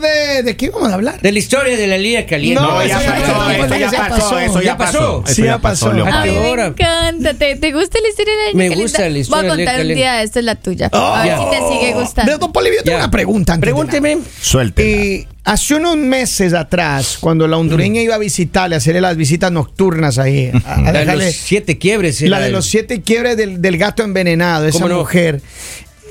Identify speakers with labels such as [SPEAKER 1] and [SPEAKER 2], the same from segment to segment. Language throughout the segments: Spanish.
[SPEAKER 1] qué, ¿De qué vamos a hablar?
[SPEAKER 2] De la historia de la Liga Caliente.
[SPEAKER 1] No,
[SPEAKER 3] No,
[SPEAKER 1] eso
[SPEAKER 3] ya
[SPEAKER 1] ya
[SPEAKER 3] pasó,
[SPEAKER 1] pasó,
[SPEAKER 3] esto
[SPEAKER 1] ya pasó.
[SPEAKER 3] ya pasó, eso ya
[SPEAKER 2] Ya
[SPEAKER 3] pasó.
[SPEAKER 2] pasó.
[SPEAKER 3] Eso
[SPEAKER 1] Sí,
[SPEAKER 3] ya
[SPEAKER 1] ya pasó,
[SPEAKER 3] pasó, Leopoldo.
[SPEAKER 2] Ah,
[SPEAKER 4] A mí me
[SPEAKER 2] Ahora.
[SPEAKER 4] encanta. ¿Te, te gusta la historia de la
[SPEAKER 2] Me
[SPEAKER 4] Niña
[SPEAKER 2] gusta
[SPEAKER 4] Linda?
[SPEAKER 2] la historia
[SPEAKER 4] Voy a
[SPEAKER 2] de la
[SPEAKER 4] contar un
[SPEAKER 2] Niña
[SPEAKER 4] día, esta es la tuya. a ver si te sigue gustando.
[SPEAKER 1] Pero, don Poli, yo tengo
[SPEAKER 2] Ya.
[SPEAKER 1] una pregunta. antes de nada.
[SPEAKER 2] Pregúnteme.
[SPEAKER 3] Suéltela.
[SPEAKER 1] Eh, hace unos meses atrás, cuando la hondureña iba a visitarle, a hacerle las visitas nocturnas ahí, a- a
[SPEAKER 2] Mm. La de
[SPEAKER 1] dejarle-
[SPEAKER 2] los siete quiebres.
[SPEAKER 1] la
[SPEAKER 2] era
[SPEAKER 1] de
[SPEAKER 2] el-
[SPEAKER 1] los siete quiebres del, del gato envenenado, esa
[SPEAKER 2] ¿Cómo no?
[SPEAKER 1] mujer.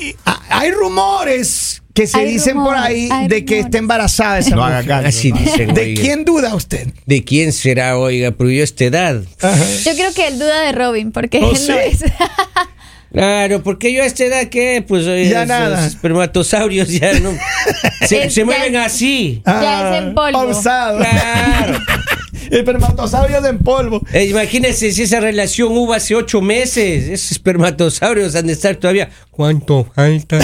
[SPEAKER 1] Y a- hay rumores que se
[SPEAKER 4] Hay
[SPEAKER 1] dicen por
[SPEAKER 4] rumores,
[SPEAKER 1] ahí
[SPEAKER 4] hay
[SPEAKER 1] de que
[SPEAKER 4] rumores.
[SPEAKER 1] está embarazada esa
[SPEAKER 3] No
[SPEAKER 1] mujer.
[SPEAKER 3] haga gallo.
[SPEAKER 2] Así dicen.
[SPEAKER 1] ¿De
[SPEAKER 2] oiga.
[SPEAKER 1] quién duda usted?
[SPEAKER 2] ¿De quién será, oiga? Pero yo a esta edad.
[SPEAKER 4] Yo creo que él duda de Robin, porque
[SPEAKER 1] Oh,
[SPEAKER 4] él
[SPEAKER 1] sí.
[SPEAKER 4] no es.
[SPEAKER 2] Claro, porque yo a esta edad, ¿qué? Pues oiga,
[SPEAKER 1] Ya
[SPEAKER 2] los
[SPEAKER 1] nada.
[SPEAKER 2] espermatosaurios ya no. se,
[SPEAKER 4] Es-
[SPEAKER 2] se
[SPEAKER 4] ya-
[SPEAKER 2] mueven así.
[SPEAKER 4] Ya es en polvo.
[SPEAKER 1] Ah, Pausado.
[SPEAKER 2] Claro.
[SPEAKER 1] Espermatosaurios en polvo.
[SPEAKER 2] Eh, imagínense si esa relación hubo hace ocho meses. Esos espermatosaurios han de estar todavía. ¿Cuánto falta?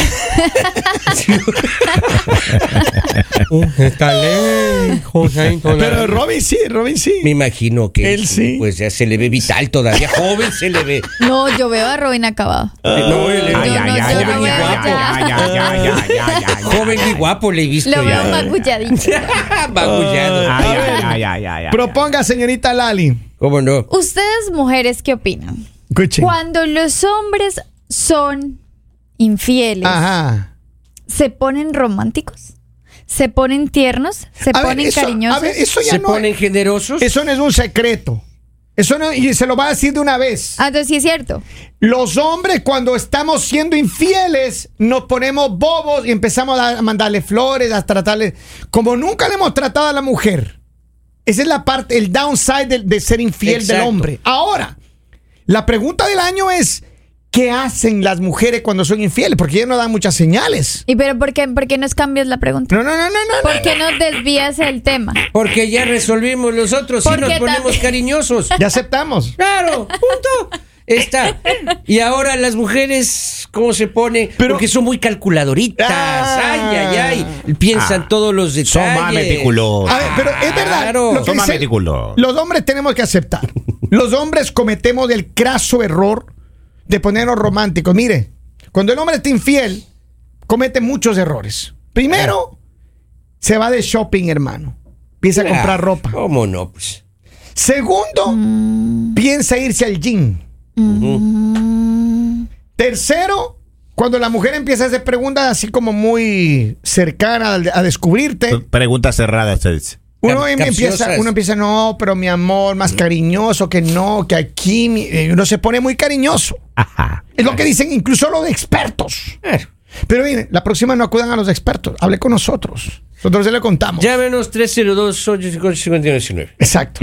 [SPEAKER 2] Un Uh, está lejos, ahí con la-
[SPEAKER 1] Pero Robin sí, Robin sí.
[SPEAKER 2] Me imagino que
[SPEAKER 1] Él sí.
[SPEAKER 2] pues ya se le ve vital todavía, joven se le ve.
[SPEAKER 4] No, yo veo a Robin acabado.
[SPEAKER 2] No, él-
[SPEAKER 4] Ay,
[SPEAKER 2] yo
[SPEAKER 4] ay,
[SPEAKER 2] no-
[SPEAKER 4] ay,
[SPEAKER 2] joven
[SPEAKER 4] ay,
[SPEAKER 2] y
[SPEAKER 4] ay,
[SPEAKER 2] guapo.
[SPEAKER 4] ay,
[SPEAKER 2] Joven y guapo le he visto
[SPEAKER 4] Lo veo
[SPEAKER 2] ya.
[SPEAKER 4] magulladito.
[SPEAKER 2] Magullado.
[SPEAKER 3] Ay, ay, ay, ay, ay, ay.
[SPEAKER 1] Proponga, señorita Lali.
[SPEAKER 2] ¿Cómo no?
[SPEAKER 4] Ustedes, mujeres, ¿qué opinan?
[SPEAKER 1] Escuchen.
[SPEAKER 4] Cuando los hombres son infieles,
[SPEAKER 1] Ajá.
[SPEAKER 4] ¿se ponen románticos? ¿Se ponen tiernos? ¿Se
[SPEAKER 1] A ver,
[SPEAKER 4] ponen
[SPEAKER 1] eso-
[SPEAKER 4] cariñosos?
[SPEAKER 1] A ver, eso ya
[SPEAKER 2] ¿Se
[SPEAKER 1] no
[SPEAKER 2] ponen generosos?
[SPEAKER 1] Eso no es un secreto. Eso no, y se lo va a decir de una vez.
[SPEAKER 4] Ah, entonces sí es cierto.
[SPEAKER 1] Los hombres, cuando estamos siendo infieles, nos ponemos bobos y empezamos a, a mandarle flores, a tratarle. Como nunca le hemos tratado a la mujer. Esa es la parte, el downside de, de ser infiel del
[SPEAKER 2] Exacto.
[SPEAKER 1] hombre. Ahora, la pregunta del año es: ¿qué hacen las mujeres cuando son infieles? Porque ellas no dan muchas señales.
[SPEAKER 4] ¿Y pero por qué, por qué nos cambias la pregunta?
[SPEAKER 1] No, no, no, no, no.
[SPEAKER 4] ¿Por qué nos desvías el tema?
[SPEAKER 2] Porque ya resolvimos los otros y
[SPEAKER 4] Porque
[SPEAKER 2] nos ponemos
[SPEAKER 4] también-
[SPEAKER 2] cariñosos.
[SPEAKER 1] Ya aceptamos.
[SPEAKER 2] Claro, punto. Está. Y ahora las mujeres, ¿cómo se ponen?
[SPEAKER 1] Pero-
[SPEAKER 2] Porque son muy calculadoritas.
[SPEAKER 1] Ah.
[SPEAKER 2] ay, ay, ay. Piensan
[SPEAKER 3] Ah.
[SPEAKER 2] todos los detalles.
[SPEAKER 3] Son más meticulosos.
[SPEAKER 1] A ver, pero es verdad.
[SPEAKER 2] Claro.
[SPEAKER 1] lo que
[SPEAKER 3] Son más
[SPEAKER 1] dice-
[SPEAKER 3] meticulosos.
[SPEAKER 1] Los hombres tenemos que aceptar. Los hombres cometemos el craso error de ponernos románticos. Mire, cuando el hombre está infiel, comete muchos errores. Primero, se va de shopping, hermano. Piensa
[SPEAKER 2] Claro.
[SPEAKER 1] a comprar ropa.
[SPEAKER 2] ¿Cómo no? Pues.
[SPEAKER 1] Segundo, piensa irse al gym. Tercero, cuando la mujer empieza a hacer preguntas así como muy cercana al- a descubrirte.
[SPEAKER 3] Pregunta cerrada, se dice.
[SPEAKER 1] Uno
[SPEAKER 2] Cap-
[SPEAKER 1] em- empieza,
[SPEAKER 2] capciosas.
[SPEAKER 1] uno empieza, no, pero mi amor, más cariñoso que no, que aquí mi- eh, uno se pone muy cariñoso.
[SPEAKER 3] Ajá.
[SPEAKER 1] Es lo que dicen incluso los expertos.
[SPEAKER 2] Claro.
[SPEAKER 1] Pero miren, la próxima no acudan a los expertos, hable con nosotros. Nosotros se le contamos.
[SPEAKER 2] Llámenos 302 859
[SPEAKER 1] Exacto.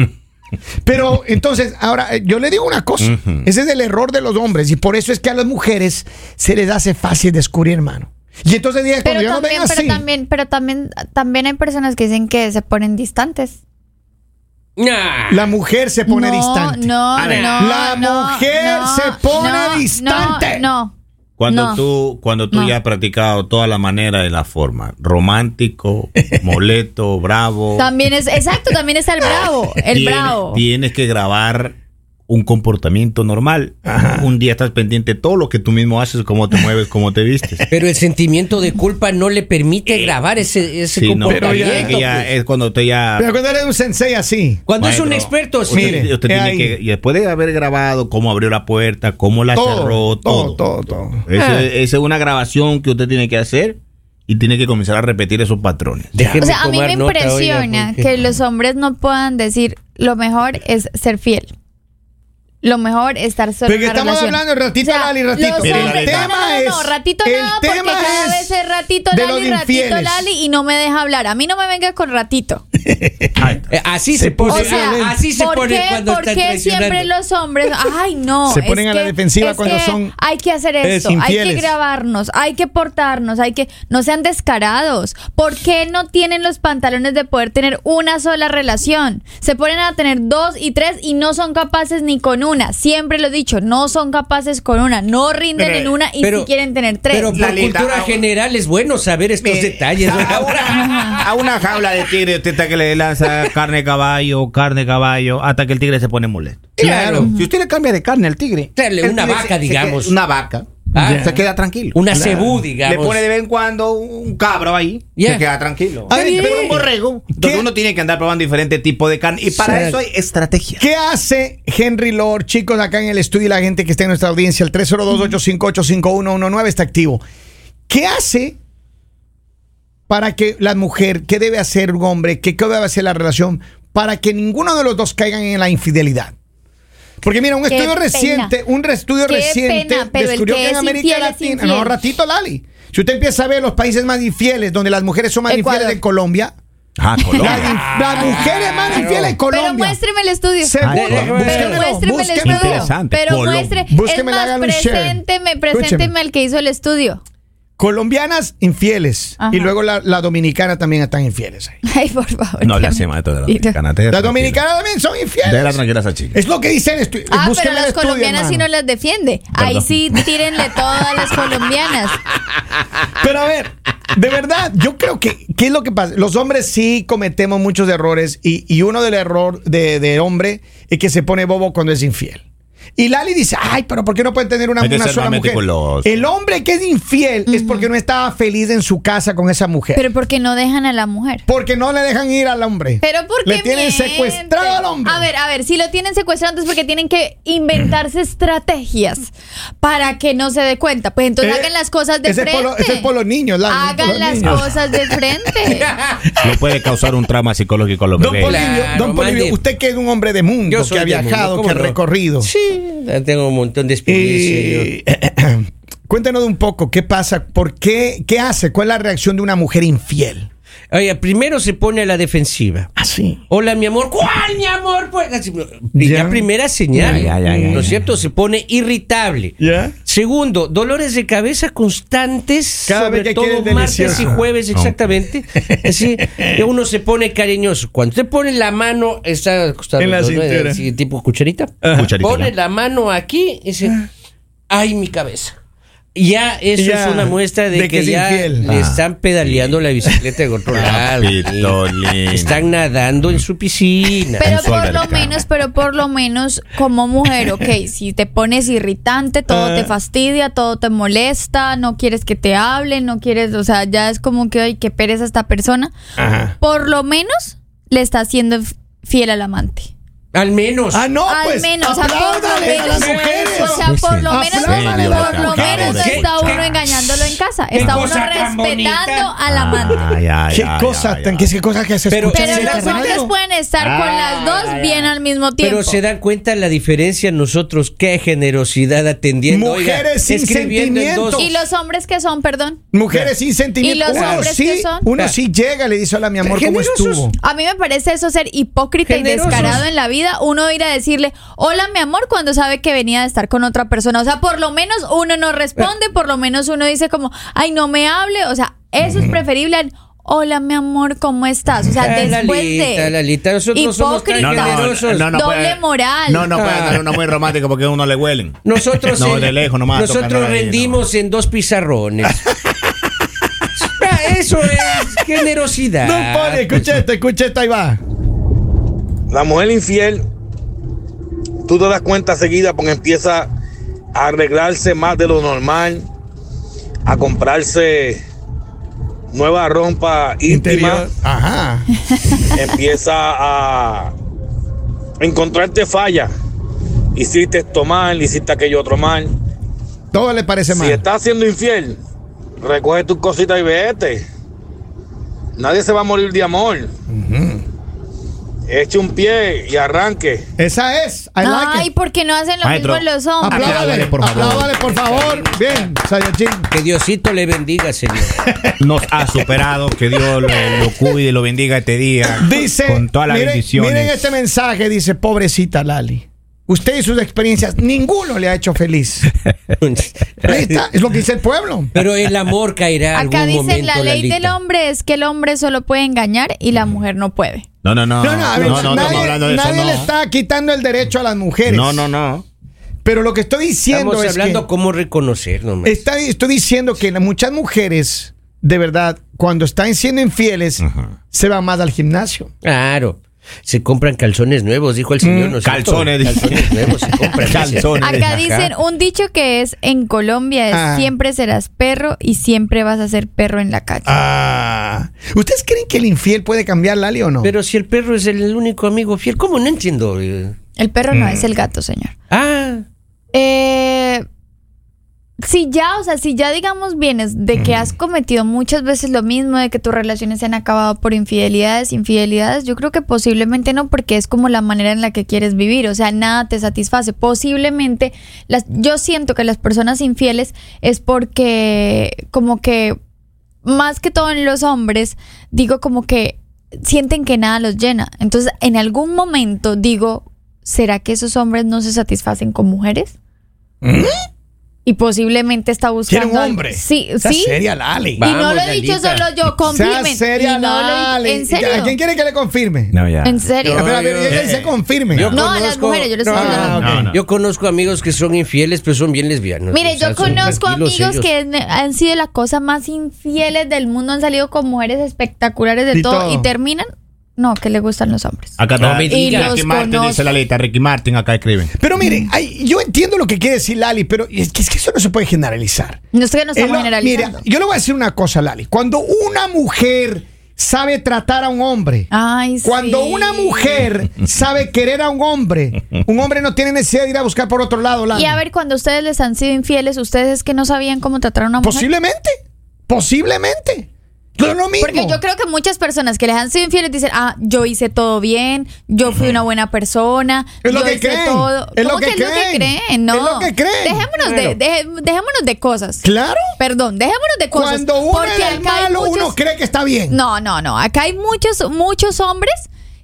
[SPEAKER 1] Pero entonces, ahora eh, yo le digo una cosa, ese es el error de los hombres y por eso es que a las mujeres se les hace fácil descubrir, hermano. Y entonces digan,
[SPEAKER 4] Pero
[SPEAKER 1] cuando yo no ven
[SPEAKER 4] también,
[SPEAKER 1] así,
[SPEAKER 4] pero también, pero también, también hay personas que dicen que se ponen distantes.
[SPEAKER 1] la mujer se pone
[SPEAKER 4] no,
[SPEAKER 1] distante.
[SPEAKER 4] No,
[SPEAKER 3] A ver.
[SPEAKER 4] no,
[SPEAKER 1] La
[SPEAKER 4] no,
[SPEAKER 1] mujer
[SPEAKER 4] no,
[SPEAKER 1] se pone
[SPEAKER 4] no,
[SPEAKER 1] distante.
[SPEAKER 4] No, no.
[SPEAKER 3] Cuando
[SPEAKER 4] No.
[SPEAKER 3] tú, cuando tú
[SPEAKER 4] No.
[SPEAKER 3] ya has practicado toda la manera y la forma, romántico, moleto, bravo,
[SPEAKER 4] También es, exacto, también está el bravo, el
[SPEAKER 3] tienes,
[SPEAKER 4] bravo.
[SPEAKER 3] tienes que grabar un comportamiento normal. Un día estás pendiente de todo lo que tú mismo haces, cómo te mueves, cómo te vistes.
[SPEAKER 2] Pero el sentimiento de culpa no le permite grabar ese, ese
[SPEAKER 3] Sí, no,
[SPEAKER 2] comportamiento.
[SPEAKER 3] pero ya, es que ya
[SPEAKER 2] pues.
[SPEAKER 3] es cuando te ya
[SPEAKER 1] Pero cuando eres un sensei así,
[SPEAKER 2] Cuando es un
[SPEAKER 3] Maestro,
[SPEAKER 2] experto, sí.
[SPEAKER 3] Usted,
[SPEAKER 1] Mire,
[SPEAKER 3] usted
[SPEAKER 1] he
[SPEAKER 3] tiene
[SPEAKER 1] ahí.
[SPEAKER 3] que. y Después de haber grabado cómo abrió la puerta, cómo la cerró, todo.
[SPEAKER 1] todo, todo, todo.
[SPEAKER 3] Ese- Esa es una grabación que usted tiene que hacer y tiene que comenzar a repetir esos patrones.
[SPEAKER 2] Déjeme
[SPEAKER 4] O sea, a mí
[SPEAKER 2] tomar
[SPEAKER 4] me
[SPEAKER 2] nota, oiga,
[SPEAKER 4] impresiona
[SPEAKER 2] porque-
[SPEAKER 4] que los hombres no puedan decir lo mejor es ser fiel. Lo mejor es estar solo
[SPEAKER 1] Pero
[SPEAKER 4] en
[SPEAKER 1] que
[SPEAKER 4] una
[SPEAKER 1] estamos
[SPEAKER 4] relación.
[SPEAKER 1] hablando ratito,
[SPEAKER 4] O sea,
[SPEAKER 1] Lali, ratito.
[SPEAKER 4] los
[SPEAKER 3] Mire, la
[SPEAKER 4] hombres-
[SPEAKER 3] neta.
[SPEAKER 4] no, no, no, no,
[SPEAKER 1] es-
[SPEAKER 4] ratito
[SPEAKER 1] el
[SPEAKER 4] no, porque
[SPEAKER 1] tema
[SPEAKER 4] cada
[SPEAKER 1] es
[SPEAKER 4] vez es ratito
[SPEAKER 1] de los
[SPEAKER 4] Lali, ratito
[SPEAKER 1] infieles.
[SPEAKER 4] Lali y no me deja hablar. A mí no me venga con ratito.
[SPEAKER 3] Ahí está.
[SPEAKER 2] Eh, así se,
[SPEAKER 1] Se
[SPEAKER 2] pone.
[SPEAKER 4] O
[SPEAKER 1] puso
[SPEAKER 4] sea,
[SPEAKER 1] violento.
[SPEAKER 2] así se
[SPEAKER 4] ¿por
[SPEAKER 2] pone
[SPEAKER 4] qué,
[SPEAKER 2] cuando
[SPEAKER 4] por
[SPEAKER 2] está
[SPEAKER 4] qué
[SPEAKER 2] traicionando.
[SPEAKER 4] siempre los hombres? Ay, no.
[SPEAKER 1] Se ponen
[SPEAKER 4] es
[SPEAKER 1] a la
[SPEAKER 4] que-
[SPEAKER 1] defensiva
[SPEAKER 4] es
[SPEAKER 1] cuando
[SPEAKER 4] que
[SPEAKER 1] son,
[SPEAKER 4] Hay que hacer
[SPEAKER 1] eh,
[SPEAKER 4] esto, hay que
[SPEAKER 1] infieles.
[SPEAKER 4] grabarnos, hay que portarnos, hay que. No sean descarados. ¿Por qué no tienen los pantalones de poder tener una sola relación? Se ponen a tener dos y tres y no son capaces ni con una. Siempre lo he dicho, no son capaces con una. No rinden
[SPEAKER 3] Pero-
[SPEAKER 4] en una y
[SPEAKER 2] pero-
[SPEAKER 4] si quieren tener tres.
[SPEAKER 2] Pero por
[SPEAKER 3] Lalita,
[SPEAKER 2] cultura
[SPEAKER 3] ahora-
[SPEAKER 2] general es bueno saber estos
[SPEAKER 3] Mire,
[SPEAKER 2] detalles.
[SPEAKER 3] A, a una, a una jaula de tigre, usted está que le lanza carne de caballo, carne de caballo, hasta que el tigre se pone molesto.
[SPEAKER 2] Claro.
[SPEAKER 3] Si usted le cambia de carne al tigre,
[SPEAKER 2] Dale
[SPEAKER 3] el
[SPEAKER 2] una
[SPEAKER 3] tigre
[SPEAKER 2] vaca, digamos.
[SPEAKER 3] Una vaca.
[SPEAKER 2] Ah,
[SPEAKER 3] Se queda tranquilo.
[SPEAKER 2] Una cebú, digamos.
[SPEAKER 3] Le pone de vez en cuando un cabro ahí.
[SPEAKER 2] Yeah.
[SPEAKER 3] Se queda tranquilo.
[SPEAKER 1] A ver,
[SPEAKER 3] Pero
[SPEAKER 1] ¿qué?
[SPEAKER 3] un borrego. Entonces
[SPEAKER 1] ¿Qué?
[SPEAKER 3] uno tiene que andar probando diferente tipo de carne. Y para
[SPEAKER 2] Exacto.
[SPEAKER 3] eso hay estrategia.
[SPEAKER 1] ¿Qué hace Henry Lord, chicos, acá en el estudio y la gente que está en nuestra audiencia? El 302-858-5119 está activo. ¿Qué hace para que la mujer, qué debe hacer un hombre, qué, qué debe hacer la relación para que ninguno de los dos caigan en la infidelidad? Porque mira, un
[SPEAKER 4] Qué
[SPEAKER 1] estudio
[SPEAKER 4] pena.
[SPEAKER 1] reciente, un estudio
[SPEAKER 4] Qué
[SPEAKER 1] reciente
[SPEAKER 4] pena, pero el
[SPEAKER 1] descubrió
[SPEAKER 4] que
[SPEAKER 1] que en
[SPEAKER 4] es
[SPEAKER 1] América
[SPEAKER 4] infiel es
[SPEAKER 1] Latina,
[SPEAKER 4] infiel.
[SPEAKER 1] no, ratito Lali. Si usted empieza a ver los países más infieles donde las mujeres son más
[SPEAKER 4] Ecuador.
[SPEAKER 1] infieles de Colombia,
[SPEAKER 3] Ah,
[SPEAKER 1] las, inf- las mujeres más infieles de Colombia.
[SPEAKER 4] Pero muéstreme el estudio.
[SPEAKER 1] Seguro.
[SPEAKER 2] Pero
[SPEAKER 1] Búsquemelo,
[SPEAKER 4] Muéstreme el
[SPEAKER 1] búsquemelo.
[SPEAKER 4] estudio.
[SPEAKER 3] Ah, Interesante,
[SPEAKER 4] Pero
[SPEAKER 3] Colón.
[SPEAKER 4] muestre. Es
[SPEAKER 1] Búsquemela,
[SPEAKER 4] más,
[SPEAKER 1] hágale un share.
[SPEAKER 4] presénteme,
[SPEAKER 1] Escúcheme.
[SPEAKER 4] presénteme al que hizo el estudio.
[SPEAKER 1] Colombianas infieles.
[SPEAKER 4] Ajá.
[SPEAKER 1] Y luego la, la dominicana también están infieles. ahí.
[SPEAKER 4] Ay, por favor.
[SPEAKER 3] No, la
[SPEAKER 4] Dios
[SPEAKER 3] semana de la
[SPEAKER 4] mío.
[SPEAKER 3] dominicana.
[SPEAKER 1] Las dominicanas también son
[SPEAKER 3] Déjala
[SPEAKER 1] infieles.
[SPEAKER 3] tranquila esa chica.
[SPEAKER 1] Es lo que dicen. estu-
[SPEAKER 4] Ah,
[SPEAKER 1] búsquenle
[SPEAKER 4] pero
[SPEAKER 1] el
[SPEAKER 4] las
[SPEAKER 1] estudio,
[SPEAKER 4] colombianas sí
[SPEAKER 1] hermano.
[SPEAKER 4] no las defiende. Ahí
[SPEAKER 3] Perdón.
[SPEAKER 4] sí, tírenle todo a las colombianas.
[SPEAKER 1] Pero a ver, de verdad, yo creo que, ¿qué es lo que pasa? Los hombres sí cometemos muchos errores y, y uno del error de, de hombre es que se pone bobo cuando es infiel. Y Lali dice, ay, pero ¿por qué no pueden tener una,
[SPEAKER 3] Hay que
[SPEAKER 1] una
[SPEAKER 3] ser
[SPEAKER 1] sola
[SPEAKER 3] más
[SPEAKER 1] mujer?
[SPEAKER 3] meticuloso.
[SPEAKER 1] El hombre que es infiel es porque no estaba feliz en su casa con esa mujer.
[SPEAKER 4] Pero porque no dejan a la mujer.
[SPEAKER 1] porque no le dejan ir al hombre.
[SPEAKER 4] Pero porque
[SPEAKER 1] Le tienen secuestrado al hombre.
[SPEAKER 4] A ver, a ver, si lo tienen secuestrado entonces porque tienen que inventarse estrategias para que no se dé cuenta. Pues entonces
[SPEAKER 1] Eh,
[SPEAKER 4] hagan las cosas de
[SPEAKER 1] ese es
[SPEAKER 4] frente.
[SPEAKER 1] por lo- ese es por los niños, Lali, es por
[SPEAKER 4] Hagan
[SPEAKER 1] los
[SPEAKER 4] las
[SPEAKER 1] niños.
[SPEAKER 4] cosas de frente.
[SPEAKER 3] No puede causar un trauma psicológico a los
[SPEAKER 1] Don Polivio,
[SPEAKER 3] bebés.
[SPEAKER 2] Claro,
[SPEAKER 1] don Polivio,
[SPEAKER 2] mande.
[SPEAKER 1] usted que es un hombre de mundo,
[SPEAKER 2] Yo
[SPEAKER 1] que
[SPEAKER 2] soy
[SPEAKER 1] ha
[SPEAKER 2] del mundo,
[SPEAKER 1] viajado,
[SPEAKER 2] ¿cómo
[SPEAKER 1] que ha
[SPEAKER 2] no?
[SPEAKER 1] recorrido.
[SPEAKER 2] Sí, tengo un montón de experiencia.
[SPEAKER 3] Eh.
[SPEAKER 2] yo.
[SPEAKER 1] Y- Cuéntanos un poco qué pasa, por qué, qué hace, cuál es la reacción de una mujer infiel.
[SPEAKER 2] Oye, primero se pone a la defensiva.
[SPEAKER 1] Así.
[SPEAKER 2] Hola, mi amor. ¿Cuál, mi amor? Pues así, ya.
[SPEAKER 1] Ya.
[SPEAKER 2] primera señal.
[SPEAKER 3] Ya, ya, ya, ya,
[SPEAKER 2] ¿No es
[SPEAKER 3] ya.
[SPEAKER 2] cierto? Se pone irritable.
[SPEAKER 1] ¿Ya?
[SPEAKER 2] Segundo, dolores de cabeza constantes,
[SPEAKER 1] Cada
[SPEAKER 2] sobre
[SPEAKER 1] vez que
[SPEAKER 2] todo
[SPEAKER 1] quieres
[SPEAKER 2] martes y
[SPEAKER 1] delicioso.
[SPEAKER 2] jueves, exactamente. Así que uno se pone cariñoso. Cuando te pone la mano, está acostado,
[SPEAKER 1] En la
[SPEAKER 2] ¿no?
[SPEAKER 1] cintura.
[SPEAKER 2] Así, tipo cucharita.
[SPEAKER 3] Cucharita,
[SPEAKER 2] Pone
[SPEAKER 3] ya.
[SPEAKER 2] la mano aquí y dice, ay, mi cabeza. Ya eso
[SPEAKER 1] Ya,
[SPEAKER 2] es una muestra de,
[SPEAKER 1] de que
[SPEAKER 2] que,
[SPEAKER 1] es
[SPEAKER 2] ya
[SPEAKER 1] infiel.
[SPEAKER 2] le
[SPEAKER 3] Ah.
[SPEAKER 2] están pedaleando la bicicleta de otro lado.
[SPEAKER 3] Papito lindo.
[SPEAKER 2] Están nadando en su piscina.
[SPEAKER 4] Pero
[SPEAKER 3] Sol
[SPEAKER 4] por
[SPEAKER 3] del
[SPEAKER 4] lo
[SPEAKER 3] Carmen.
[SPEAKER 4] menos, pero por lo menos como mujer, ok, si te pones irritante, todo
[SPEAKER 1] Eh.
[SPEAKER 4] te fastidia, todo te molesta, no quieres que te hablen, no quieres, o sea, ya es como que, ay, qué pereza esta persona. Por lo menos le está siendo fiel al amante.
[SPEAKER 2] Al menos.
[SPEAKER 1] Ah, no,
[SPEAKER 4] al
[SPEAKER 1] pues.
[SPEAKER 4] menos, o sea, por lo
[SPEAKER 1] apláudale a las
[SPEAKER 4] menos,
[SPEAKER 1] mujeres.
[SPEAKER 4] o sea, por lo menos,
[SPEAKER 1] Apláudale a las
[SPEAKER 4] por lo
[SPEAKER 1] mujeres.
[SPEAKER 4] menos
[SPEAKER 2] ¿Qué-
[SPEAKER 4] está uno
[SPEAKER 2] qué-
[SPEAKER 4] engañándolo en casa,
[SPEAKER 2] qué
[SPEAKER 4] está uno
[SPEAKER 2] cosa tan
[SPEAKER 4] respetando
[SPEAKER 2] bonita?
[SPEAKER 4] al amante.
[SPEAKER 3] Ay, ay,
[SPEAKER 1] Qué
[SPEAKER 3] ay,
[SPEAKER 1] cosa
[SPEAKER 3] ay,
[SPEAKER 1] tan,
[SPEAKER 3] ay.
[SPEAKER 1] qué- qué cosa que se
[SPEAKER 2] Pero-
[SPEAKER 1] escucha en
[SPEAKER 4] Pero
[SPEAKER 1] el
[SPEAKER 4] los hombres pues,
[SPEAKER 1] radio.
[SPEAKER 4] pueden estar con las dos bien al mismo tiempo.
[SPEAKER 2] Pero se dan cuenta la diferencia nosotros, qué generosidad atendiendo. oiga,
[SPEAKER 1] Mujeres sin
[SPEAKER 2] escribiendo en
[SPEAKER 1] sentimiento.
[SPEAKER 2] dos-
[SPEAKER 4] ¿Y los hombres que son, perdón?
[SPEAKER 1] Mujeres sin
[SPEAKER 4] ¿Y
[SPEAKER 1] sentimiento.
[SPEAKER 4] los
[SPEAKER 1] uno
[SPEAKER 4] hombres
[SPEAKER 1] sí,
[SPEAKER 4] qué son?
[SPEAKER 1] uno sí llega, le dice, hola, mi amor, ¿cómo
[SPEAKER 2] Generosos.
[SPEAKER 1] estuvo?
[SPEAKER 4] A mí me parece eso ser hipócrita
[SPEAKER 2] Generosos.
[SPEAKER 4] y descarado en la vida. Uno ir a decirle, hola mi amor, cuando sabe que venía de estar con otra persona. O sea, por lo menos uno no responde, por lo menos uno dice como, ay, no me hable. O sea, eso es preferible al, hola mi amor, ¿cómo estás? O sea,
[SPEAKER 2] Ay,
[SPEAKER 4] después
[SPEAKER 2] Ah, Lalita,
[SPEAKER 4] de...
[SPEAKER 2] Lalita, nosotros no pues, somos tan
[SPEAKER 4] Hipócrita.
[SPEAKER 2] generosos.
[SPEAKER 4] no, Doble
[SPEAKER 2] eh,
[SPEAKER 3] puede-
[SPEAKER 4] moral.
[SPEAKER 3] No, no puede
[SPEAKER 2] Ah.
[SPEAKER 3] tener una muy romántica porque a uno le huelen.
[SPEAKER 2] Nosotros,
[SPEAKER 3] No,
[SPEAKER 2] en-
[SPEAKER 3] de lejos nomás, tocando
[SPEAKER 2] nosotros
[SPEAKER 3] ahí,
[SPEAKER 2] rendimos en dos pizarrones. Ah, Eso es generosidad.
[SPEAKER 3] Ah.
[SPEAKER 1] No, pone, escucha esto, escucha esto, ahí va.
[SPEAKER 5] La mujer infiel, tú te das cuenta seguida porque empieza a arreglarse más de lo normal, a comprarse nueva rompa íntima,
[SPEAKER 1] Interior. Ajá.
[SPEAKER 5] empieza a encontrarte falla. Hiciste esto mal, hiciste aquello otro mal.
[SPEAKER 1] Todo le parece
[SPEAKER 5] Si
[SPEAKER 1] mal.
[SPEAKER 5] estás siendo infiel, recoge tus cositas y vete. Nadie se va a morir de amor. Eche un pie y arranque.
[SPEAKER 1] Esa es. I like
[SPEAKER 4] Ay,
[SPEAKER 1] it.
[SPEAKER 4] ¿por qué no hacen lo
[SPEAKER 3] Maestro,
[SPEAKER 4] mismo los hombres?
[SPEAKER 1] Apláudale,
[SPEAKER 3] Apláudale, por favor.
[SPEAKER 1] apláudale, por favor. Bien, Sayachín.
[SPEAKER 2] Que Diosito le bendiga, señor.
[SPEAKER 3] Nos ha superado. Que Dios lo, lo cuide, lo bendiga este día.
[SPEAKER 1] Dice,
[SPEAKER 3] Con todas las
[SPEAKER 1] miren,
[SPEAKER 3] bendiciones.
[SPEAKER 1] miren este mensaje, dice, pobrecita Lali. Usted y sus experiencias, ninguno le ha hecho feliz. Ahí está, es lo que dice el pueblo.
[SPEAKER 2] Pero el amor caerá
[SPEAKER 4] Acá
[SPEAKER 2] algún momento.
[SPEAKER 4] dicen, la ley
[SPEAKER 2] Lalita.
[SPEAKER 4] del hombre es que el hombre solo puede engañar y la mujer no puede.
[SPEAKER 3] No, no, no.
[SPEAKER 1] No, no, a ver,
[SPEAKER 3] no, no,
[SPEAKER 1] nadie,
[SPEAKER 3] estamos hablando de eso,
[SPEAKER 1] nadie
[SPEAKER 3] no.
[SPEAKER 1] le está quitando el derecho a las mujeres.
[SPEAKER 3] No, no, no.
[SPEAKER 1] Pero lo que estoy diciendo
[SPEAKER 2] Estamos
[SPEAKER 1] es
[SPEAKER 2] hablando
[SPEAKER 1] que
[SPEAKER 2] cómo reconocer nomás.
[SPEAKER 1] está- estoy diciendo que la- muchas mujeres, de verdad, cuando están siendo infieles,
[SPEAKER 3] Ajá.
[SPEAKER 1] se van más al gimnasio.
[SPEAKER 2] Claro. Se compran calzones nuevos, dijo
[SPEAKER 1] Mm.
[SPEAKER 2] el señor. ¿no es cierto?
[SPEAKER 3] calzones, dice.
[SPEAKER 2] Calzones nuevos se compran.
[SPEAKER 3] Calzones.
[SPEAKER 4] Acá
[SPEAKER 3] Ajá.
[SPEAKER 4] dicen un dicho que es en Colombia es
[SPEAKER 1] Ah.
[SPEAKER 4] siempre serás perro y siempre vas a ser perro en la calle.
[SPEAKER 1] Ah. ¿Ustedes creen que el infiel puede cambiar, Lali, o no?
[SPEAKER 2] Pero si el perro es el único amigo fiel, ¿cómo no entiendo? eh?
[SPEAKER 4] El perro no es el gato, señor.
[SPEAKER 2] Ah,
[SPEAKER 4] Eh, si ya, o sea, si ya digamos vienes de que has cometido muchas veces lo mismo, de que tus relaciones se han acabado por infidelidades, infidelidades, yo creo que posiblemente no, porque es como la manera en la que quieres vivir, o sea, nada te satisface. Posiblemente, las, yo siento que las personas infieles es porque como que más que todo en los hombres, digo como que sienten que nada los llena. Entonces, en algún momento digo, ¿será que esos hombres no se satisfacen con mujeres? Y posiblemente está buscando.
[SPEAKER 1] ¿Quiere ¿Mm? un
[SPEAKER 4] al-
[SPEAKER 1] hombre?
[SPEAKER 4] Sí,
[SPEAKER 1] Está
[SPEAKER 4] sí.
[SPEAKER 1] seria, Lali.
[SPEAKER 4] Y
[SPEAKER 2] Va-
[SPEAKER 4] no lo he
[SPEAKER 2] Vamos,
[SPEAKER 4] dicho
[SPEAKER 2] Lalita.
[SPEAKER 4] solo yo,
[SPEAKER 1] Sea
[SPEAKER 4] confirmen.
[SPEAKER 1] seria,
[SPEAKER 4] Y no lo he-
[SPEAKER 1] Lali.
[SPEAKER 4] ¿En serio?
[SPEAKER 1] ¿A quién quiere que le confirme?
[SPEAKER 3] No, ya.
[SPEAKER 4] ¿En serio?
[SPEAKER 1] A ver, a ver,
[SPEAKER 2] yo-
[SPEAKER 1] ella dice confirme. ah,
[SPEAKER 2] yo
[SPEAKER 4] No, a las
[SPEAKER 2] conozco-
[SPEAKER 4] mujeres, yo les estoy
[SPEAKER 1] No,
[SPEAKER 4] hablando.
[SPEAKER 1] no,
[SPEAKER 3] no, no.
[SPEAKER 2] Yo conozco amigos que son infieles, pero son bien lesbianos.
[SPEAKER 4] Mire,
[SPEAKER 2] O sea,
[SPEAKER 4] yo
[SPEAKER 2] son
[SPEAKER 4] conozco amigos
[SPEAKER 2] tranquilos ellos.
[SPEAKER 4] que ne- han sido la cosa más infieles del mundo, han salido con mujeres espectaculares de
[SPEAKER 1] Y
[SPEAKER 4] todo,
[SPEAKER 1] todo. Ah.
[SPEAKER 4] y terminan, no, que le gustan los hombres.
[SPEAKER 3] Acá
[SPEAKER 2] No
[SPEAKER 3] está.
[SPEAKER 2] me Y digas.
[SPEAKER 4] los
[SPEAKER 3] Ricky Martin
[SPEAKER 4] conozco.
[SPEAKER 3] dice la letra. Ricky Martin acá escriben.
[SPEAKER 1] Pero miren, ay, yo entiendo lo que quiere decir Lali, pero es que, es que eso no se puede generalizar.
[SPEAKER 4] No sé que no
[SPEAKER 1] Eh,
[SPEAKER 4] estamos
[SPEAKER 1] no,
[SPEAKER 4] generalizando.
[SPEAKER 1] Mira, yo le voy a decir una cosa, Lali. Cuando una mujer sabe tratar a un
[SPEAKER 4] Ah.
[SPEAKER 1] hombre,
[SPEAKER 4] Ay, sí.
[SPEAKER 1] cuando una mujer sabe querer a un hombre, un hombre no tiene necesidad de ir a buscar por otro lado, Lali.
[SPEAKER 4] Y a ver, cuando ustedes les han sido infieles, ¿ustedes es que no sabían cómo tratar a una mujer?
[SPEAKER 1] posiblemente, posiblemente. No es lo mismo.
[SPEAKER 4] Porque yo creo que muchas personas que les han sido infieles dicen, ah, yo hice todo bien, yo fui una buena persona,
[SPEAKER 1] Es lo
[SPEAKER 4] yo
[SPEAKER 1] que
[SPEAKER 4] hice
[SPEAKER 1] creen,
[SPEAKER 4] todo.
[SPEAKER 1] es lo
[SPEAKER 4] ¿Cómo
[SPEAKER 1] que
[SPEAKER 4] es lo que
[SPEAKER 1] creen,
[SPEAKER 4] creen? No.
[SPEAKER 1] es lo que creen.
[SPEAKER 4] Dejémonos, de, deje- dejémonos de cosas.
[SPEAKER 1] Claro.
[SPEAKER 4] Perdón, dejémonos de cosas.
[SPEAKER 1] Cuando uno
[SPEAKER 4] pues, porque
[SPEAKER 1] es del
[SPEAKER 4] acá hay
[SPEAKER 1] malo, uno
[SPEAKER 4] muchos-
[SPEAKER 1] cree que está bien.
[SPEAKER 4] No, no, no. Acá hay muchos, muchos hombres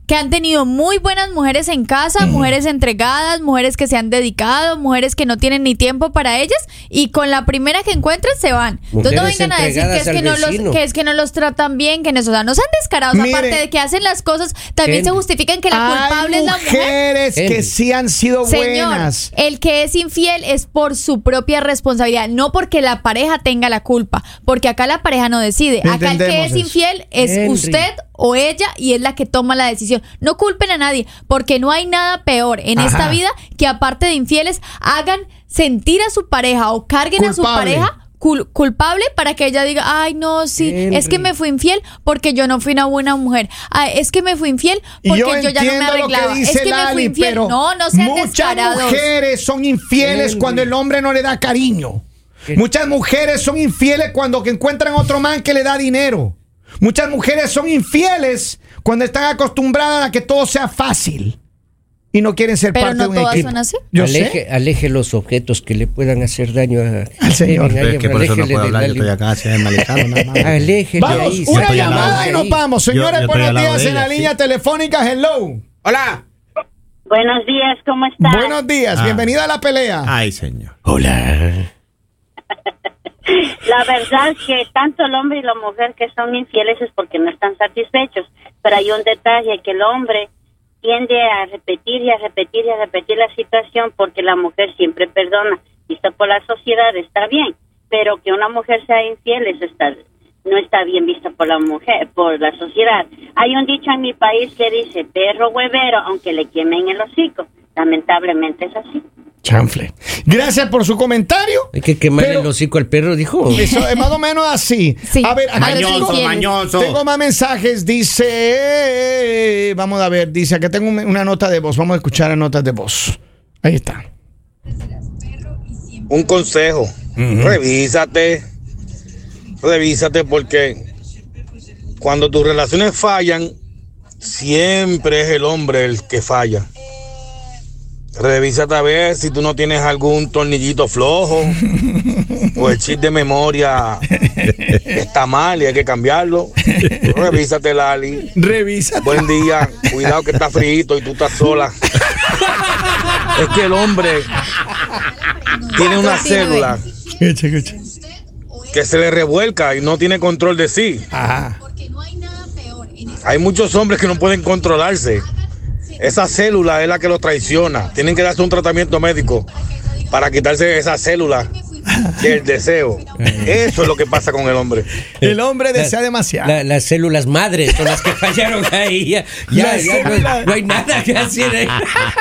[SPEAKER 4] que han tenido muy buenas mujeres en casa, mujeres entregadas, mujeres que se han dedicado, mujeres que no tienen ni tiempo para ellas y con la primera que encuentran se van. Entonces no
[SPEAKER 2] Mujeres
[SPEAKER 4] vengan a decir que es
[SPEAKER 2] entregadas
[SPEAKER 4] que,
[SPEAKER 2] al
[SPEAKER 4] no los,
[SPEAKER 2] vecino.
[SPEAKER 4] que es que no los tratan bien, que no, o sea, no sean descarados.
[SPEAKER 1] Mire.
[SPEAKER 4] Aparte de que hacen las cosas, también
[SPEAKER 2] Gente.
[SPEAKER 4] se justifican que la
[SPEAKER 1] Hay
[SPEAKER 4] culpable es la mujer.
[SPEAKER 1] mujeres que
[SPEAKER 2] Henry.
[SPEAKER 1] sí han sido
[SPEAKER 4] Señor,
[SPEAKER 1] buenas.
[SPEAKER 4] el que es infiel es por su propia responsabilidad, no porque la pareja tenga la culpa, porque acá la pareja no decide. Acá el que
[SPEAKER 1] Entendemos
[SPEAKER 4] es
[SPEAKER 1] eso.
[SPEAKER 4] infiel es
[SPEAKER 2] Henry.
[SPEAKER 4] usted o ella y es la que toma la decisión. No culpen a nadie, porque no hay nada peor en esta vida que aparte de infieles hagan sentir a su pareja o carguen a su
[SPEAKER 1] Culpable.
[SPEAKER 4] pareja cul- culpable para que ella diga, ay no, sí, es que
[SPEAKER 2] Henry.
[SPEAKER 4] me fui infiel porque yo no fui una buena mujer, Ay, es que me fui infiel
[SPEAKER 1] Y
[SPEAKER 4] porque
[SPEAKER 1] yo
[SPEAKER 4] yo, ya no me
[SPEAKER 1] entiendo lo
[SPEAKER 4] arreglaba,
[SPEAKER 1] que dice
[SPEAKER 4] es que me fui
[SPEAKER 1] Lali,
[SPEAKER 4] infiel,
[SPEAKER 1] pero
[SPEAKER 4] no, no sean
[SPEAKER 1] muchas
[SPEAKER 4] descarados.
[SPEAKER 1] mujeres son infieles
[SPEAKER 2] Henry.
[SPEAKER 1] cuando el hombre no le da cariño.
[SPEAKER 2] ¿Qué?
[SPEAKER 1] Muchas mujeres son infieles cuando que encuentran otro man que le da dinero. Muchas mujeres son infieles cuando están acostumbradas a que todo sea fácil y no quieren ser
[SPEAKER 4] Pero
[SPEAKER 1] parte
[SPEAKER 4] no
[SPEAKER 1] de un
[SPEAKER 4] todas
[SPEAKER 1] equipo.
[SPEAKER 4] son así.
[SPEAKER 1] Yo
[SPEAKER 2] aleje, aleje los objetos que le puedan hacer daño a-
[SPEAKER 1] Al señor.
[SPEAKER 2] Miren,
[SPEAKER 3] Pero
[SPEAKER 2] ahí,
[SPEAKER 3] es que por eso
[SPEAKER 2] aléjele
[SPEAKER 3] no puedo
[SPEAKER 2] pues, de
[SPEAKER 3] hablar.
[SPEAKER 2] la
[SPEAKER 3] Yo estoy
[SPEAKER 2] lim-
[SPEAKER 3] acá así analizando nada más.
[SPEAKER 1] sé.
[SPEAKER 2] Aléjele
[SPEAKER 1] Vamos,
[SPEAKER 2] ahí,
[SPEAKER 1] una
[SPEAKER 3] estoy al lado
[SPEAKER 1] llamada
[SPEAKER 2] de
[SPEAKER 1] y
[SPEAKER 2] ahí.
[SPEAKER 1] nos vamos.
[SPEAKER 3] Yo- yo
[SPEAKER 1] Señores,
[SPEAKER 3] estoy
[SPEAKER 1] buenos
[SPEAKER 3] al lado
[SPEAKER 1] días
[SPEAKER 3] de
[SPEAKER 1] en
[SPEAKER 3] ella,
[SPEAKER 1] la
[SPEAKER 3] sí.
[SPEAKER 1] línea telefónica. Hello.
[SPEAKER 3] Hola.
[SPEAKER 6] Buenos días, ¿cómo estás?
[SPEAKER 1] Buenos días.
[SPEAKER 3] Ah.
[SPEAKER 1] Bienvenida a la pelea.
[SPEAKER 3] Ay, señor.
[SPEAKER 2] Hola.
[SPEAKER 6] La verdad es que tanto el hombre y la mujer que son infieles es porque no están satisfechos. Pero hay un detalle que el hombre tiende a repetir y a repetir y a repetir la situación porque la mujer siempre perdona. Y está por la sociedad, está bien. Pero que una mujer sea infiel eso está, no está bien vista por la mujer, por la sociedad. Hay un dicho en mi país que dice, perro huevero, aunque le quemen el hocico. Lamentablemente es así.
[SPEAKER 1] Chanfle. Gracias por su comentario.
[SPEAKER 2] Hay que quemar
[SPEAKER 1] Pero-
[SPEAKER 2] el hocico al perro, dijo.
[SPEAKER 1] Eso es más o menos así.
[SPEAKER 4] Sí.
[SPEAKER 1] A ver, acá
[SPEAKER 4] A los
[SPEAKER 1] tengo,
[SPEAKER 4] infieles.
[SPEAKER 3] mañoso.
[SPEAKER 1] tengo más mensajes. Dice, vamos a ver, dice, acá tengo un- una nota de voz. Vamos a escuchar a notas de voz. Ahí está.
[SPEAKER 5] un consejo. Revísate. Revísate porque cuando tus relaciones fallan, siempre es el hombre el que falla. Revísate a ver si tú no tienes algún tornillito flojo o el chip de memoria está mal y hay que cambiarlo. Revísate, Lali.
[SPEAKER 1] Revisa.
[SPEAKER 5] Buen día, cuidado que está frito y tú estás sola. Es que el hombre tiene una
[SPEAKER 4] Continúe.
[SPEAKER 5] célula que se le revuelca y no tiene control de sí.
[SPEAKER 1] Ajá.
[SPEAKER 5] Hay muchos hombres que no pueden controlarse. Esa célula es la que los traiciona. Tienen que darse un tratamiento médico para quitarse esa célula del deseo. Eso es lo que pasa con el hombre.
[SPEAKER 1] El hombre
[SPEAKER 2] La-
[SPEAKER 1] desea demasiado.
[SPEAKER 2] la- las células madres son las que fallaron ahí. Ya, ya-
[SPEAKER 1] Las
[SPEAKER 2] ya no,
[SPEAKER 1] células-
[SPEAKER 2] no hay nada que hacer ahí.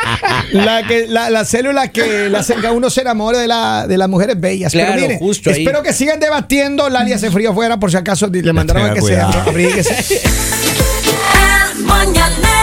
[SPEAKER 1] La, que, la, la célula que la hace que uno se enamore de, la, de las mujeres bellas.
[SPEAKER 2] Claro,
[SPEAKER 1] Pero miren,
[SPEAKER 2] justo ahí.
[SPEAKER 1] espero que sigan debatiendo. Lali hace frío afuera, por si acaso le mandaron a que
[SPEAKER 3] Tenga
[SPEAKER 1] se
[SPEAKER 3] cuidado.
[SPEAKER 1] abríguese.
[SPEAKER 7] El mañanero